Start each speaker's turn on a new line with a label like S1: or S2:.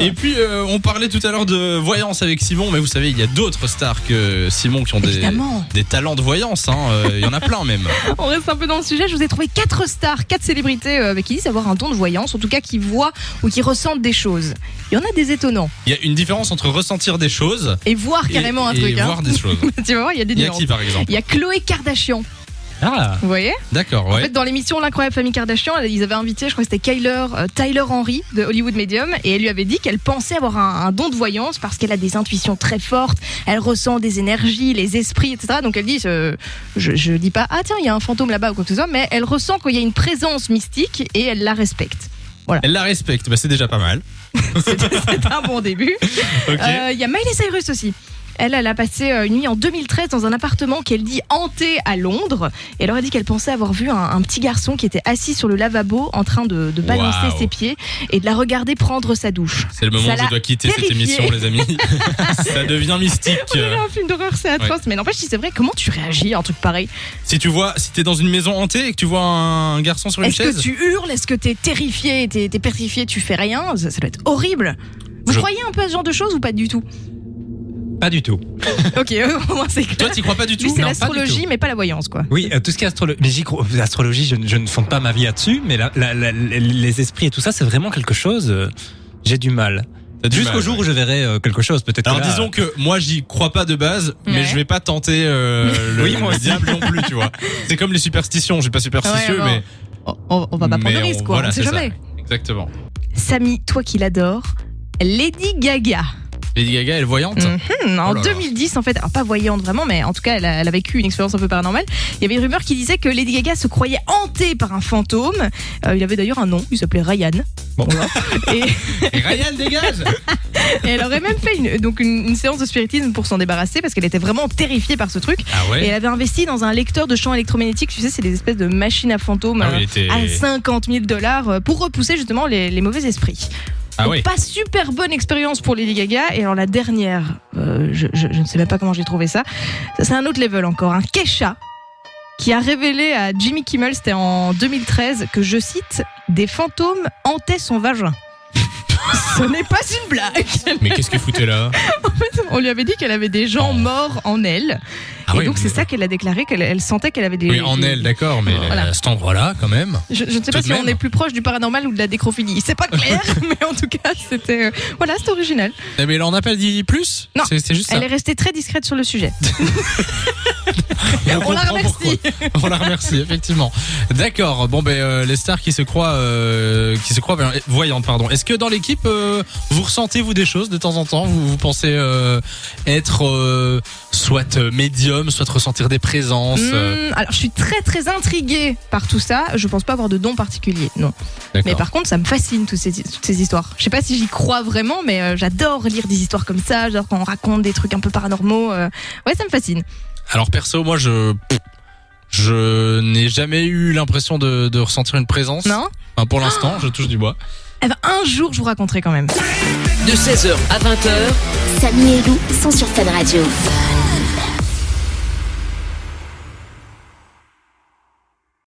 S1: Et puis euh, on parlait tout à l'heure de voyance avec Simon, mais vous savez il y a d'autres stars que Simon qui ont des,
S2: Évidemment.
S1: des talents de voyance, hein, euh, il y en a plein même.
S2: On reste un peu dans le sujet. Je vous ai trouvé quatre stars, quatre célébrités euh, qui disent avoir un don de voyance, en tout cas qui voient ou qui ressentent des choses. Il y en a des étonnants.
S1: Il y a une différence entre ressentir des choses
S2: Et voir carrément
S1: et,
S2: un
S1: et
S2: truc. hein.
S1: voir des choses.
S2: tu vois, il y a des
S1: Il y a
S2: nuances.
S1: qui par exemple
S2: Il y a Chloé Kardashian,
S1: Ah
S2: vous voyez
S1: d'accord
S2: En
S1: ouais.
S2: fait, dans l'émission L'incroyable famille Kardashian, elle- ils avaient invité, je crois que c'était Kyler, euh, Tyler Henry de Hollywood Medium, et elle lui avait dit qu'elle pensait avoir un, un don de voyance parce qu'elle a des intuitions très fortes, elle ressent des énergies, les esprits, etc. Donc elle dit, euh, je, je dis pas, ah tiens, il y a un fantôme là-bas ou quoi que ce soit, mais elle ressent qu'il y a une présence mystique et elle la respecte.
S1: Elle la respecte, bah, c'est déjà pas mal.
S2: C'est un bon début.
S1: Ok.
S2: Euh, Il y a Miley Cyrus aussi. Elle, elle a passé euh, une nuit en 2013 dans un appartement qu'elle dit hanté à Londres. Et elle aurait dit qu'elle pensait avoir vu un, un petit garçon qui était assis sur le lavabo en train de, de balancer
S1: Waouh.
S2: ses pieds et de la regarder prendre sa douche.
S1: c'est le moment
S2: ça
S1: où je
S2: l'a
S1: dois quitter cette
S2: terrifiée. Oh
S1: émission les amis. ça devient mystique.
S2: On dirait un film d'horreur, c'est atroce. Mais n'empêche, si c'est vrai, comment tu réagis à un truc pareil
S1: Si tu vois, si t'es dans une maison hantée et que tu vois un garçon sur une
S2: Est-ce
S1: chaise,
S2: que tu hurles Est-ce que t'es terrifié T'es t'es pétrifié Tu fais rien ça, ça doit être horrible. Vous
S1: Je-
S2: croyez un peu à ce genre de choses ou pas du tout
S3: Pas du tout.
S2: Ok, au moins c'est
S1: toi
S2: clair.
S1: t'y crois pas du tout
S2: Lui, c'est
S1: Non, pas du tout.
S2: l'astrologie, mais pas la voyance, quoi.
S3: Oui, euh, tout ce qui est astrologie, mais j'y crois- astrologie, je, ne- je ne fonde pas ma vie là-dessus, mais la- la- la- les esprits et tout ça, c'est vraiment quelque chose. euh, j'ai du mal.
S1: T'as du
S3: Jusqu'au
S1: mal,
S3: jour où je verrai euh, quelque chose, peut-être.
S1: Alors
S3: que là,
S1: disons que moi j'y crois pas de base, mais
S2: Ouais.
S1: je vais pas tenter euh, le,
S3: Oui, moi
S1: le
S3: aussi.
S1: diable non plus, tu vois. C'est comme les superstitions, je suis pas superstitieux,
S2: Ouais, non.
S1: mais
S2: On, on- on va pas prendre
S1: mais
S2: de
S1: on-
S2: risque, quoi.
S1: voilà,
S2: on sait
S1: c'est ça.
S2: jamais.
S1: Exactement.
S2: Samy, toi qui l'adore, Lady Gaga.
S1: Lady Gaga, elle est voyante.
S2: Hmm, en
S1: Oh là là.
S2: 2010, en fait, alors pas voyante vraiment, mais en tout cas, elle a, elle a vécu une expérience un peu paranormale. Il y avait une rumeur qui disait que Lady Gaga se croyait hantée par un fantôme. Euh, il avait d'ailleurs un nom, il s'appelait Ryan.
S3: Bon.
S2: Voilà. Et,
S1: Et Ryan dégage
S2: et elle aurait même fait une, donc une, une séance de spiritisme pour s'en débarrasser parce qu'elle était vraiment terrifiée par ce truc.
S1: Ah
S2: Et
S1: ouais
S2: elle avait investi dans un lecteur de champs électromagnétiques, tu sais, c'est des espèces de machines à fantômes.
S1: Ah oui,
S2: euh,
S1: il était-
S2: à 50 000 dollars euh, pour repousser justement les, les mauvais esprits.
S1: Ah
S2: Donc,
S1: oui.
S2: Pas super bonne expérience pour Lady Gaga. Et alors la dernière, euh, je, je- je ne sais même pas comment j'ai trouvé ça. Ça, C'est un autre level encore. Un Kesha qui a révélé à Jimmy Kimmel, c'était en 2013, que je cite des fantômes hantaient son vagin. Ce n'est pas une blague.
S1: Mais qu'est-ce que foutait là
S2: On lui avait dit qu'elle avait des gens morts en elle.
S1: Ah
S2: et
S1: oui,
S2: donc c'est
S1: mais-
S2: ça qu'elle a déclaré qu'elle elle sentait qu'elle avait des.
S1: Oui, en elle, d'accord, mais
S2: Voilà.
S1: à cet endroit-là, quand même.
S2: Je, je ne sais
S1: Tout
S2: pas
S1: de
S2: si
S1: même.
S2: on est plus proche du paranormal ou de la décrophilie. C'est pas clair, mais en tout cas, c'était euh, voilà, c'est original.
S1: Eh, Mais là, on n'a pas dit plus
S2: Non.
S1: C'est c'est juste ça.
S2: Elle est restée très discrète sur le sujet.
S1: On,
S2: on la
S1: comprend
S2: remercie.
S1: pourquoi. On la remercie, effectivement. D'accord. Bon, ben, euh, les stars qui se croient, euh, qui se croient ben, voyantes, pardon. Est-ce que dans l'équipe, euh, vous ressentez vous des choses de temps en temps Vous, vous pensez euh, être euh, soit euh, médium, soit ressentir des présences euh,
S2: Hmm, alors, je suis très très intriguée par tout ça. Je pense pas avoir de don particulier, non. Mais
S1: D'accord.
S2: par contre, ça me fascine toutes ces, toutes ces histoires. Je sais pas si j'y crois vraiment, mais euh, j'adore lire des histoires comme ça. J'adore quand on raconte des trucs un peu paranormaux. euh. Ouais, ça me fascine.
S1: Alors perso, moi, je je n'ai jamais eu l'impression de, de ressentir une présence.
S2: Non
S1: Enfin, pour l'instant, je touche du bois.
S2: Eh ben, un jour, je vous raconterai quand même.
S4: De 16h à 20h,
S5: Samy et Lou sont sur Fan Radio.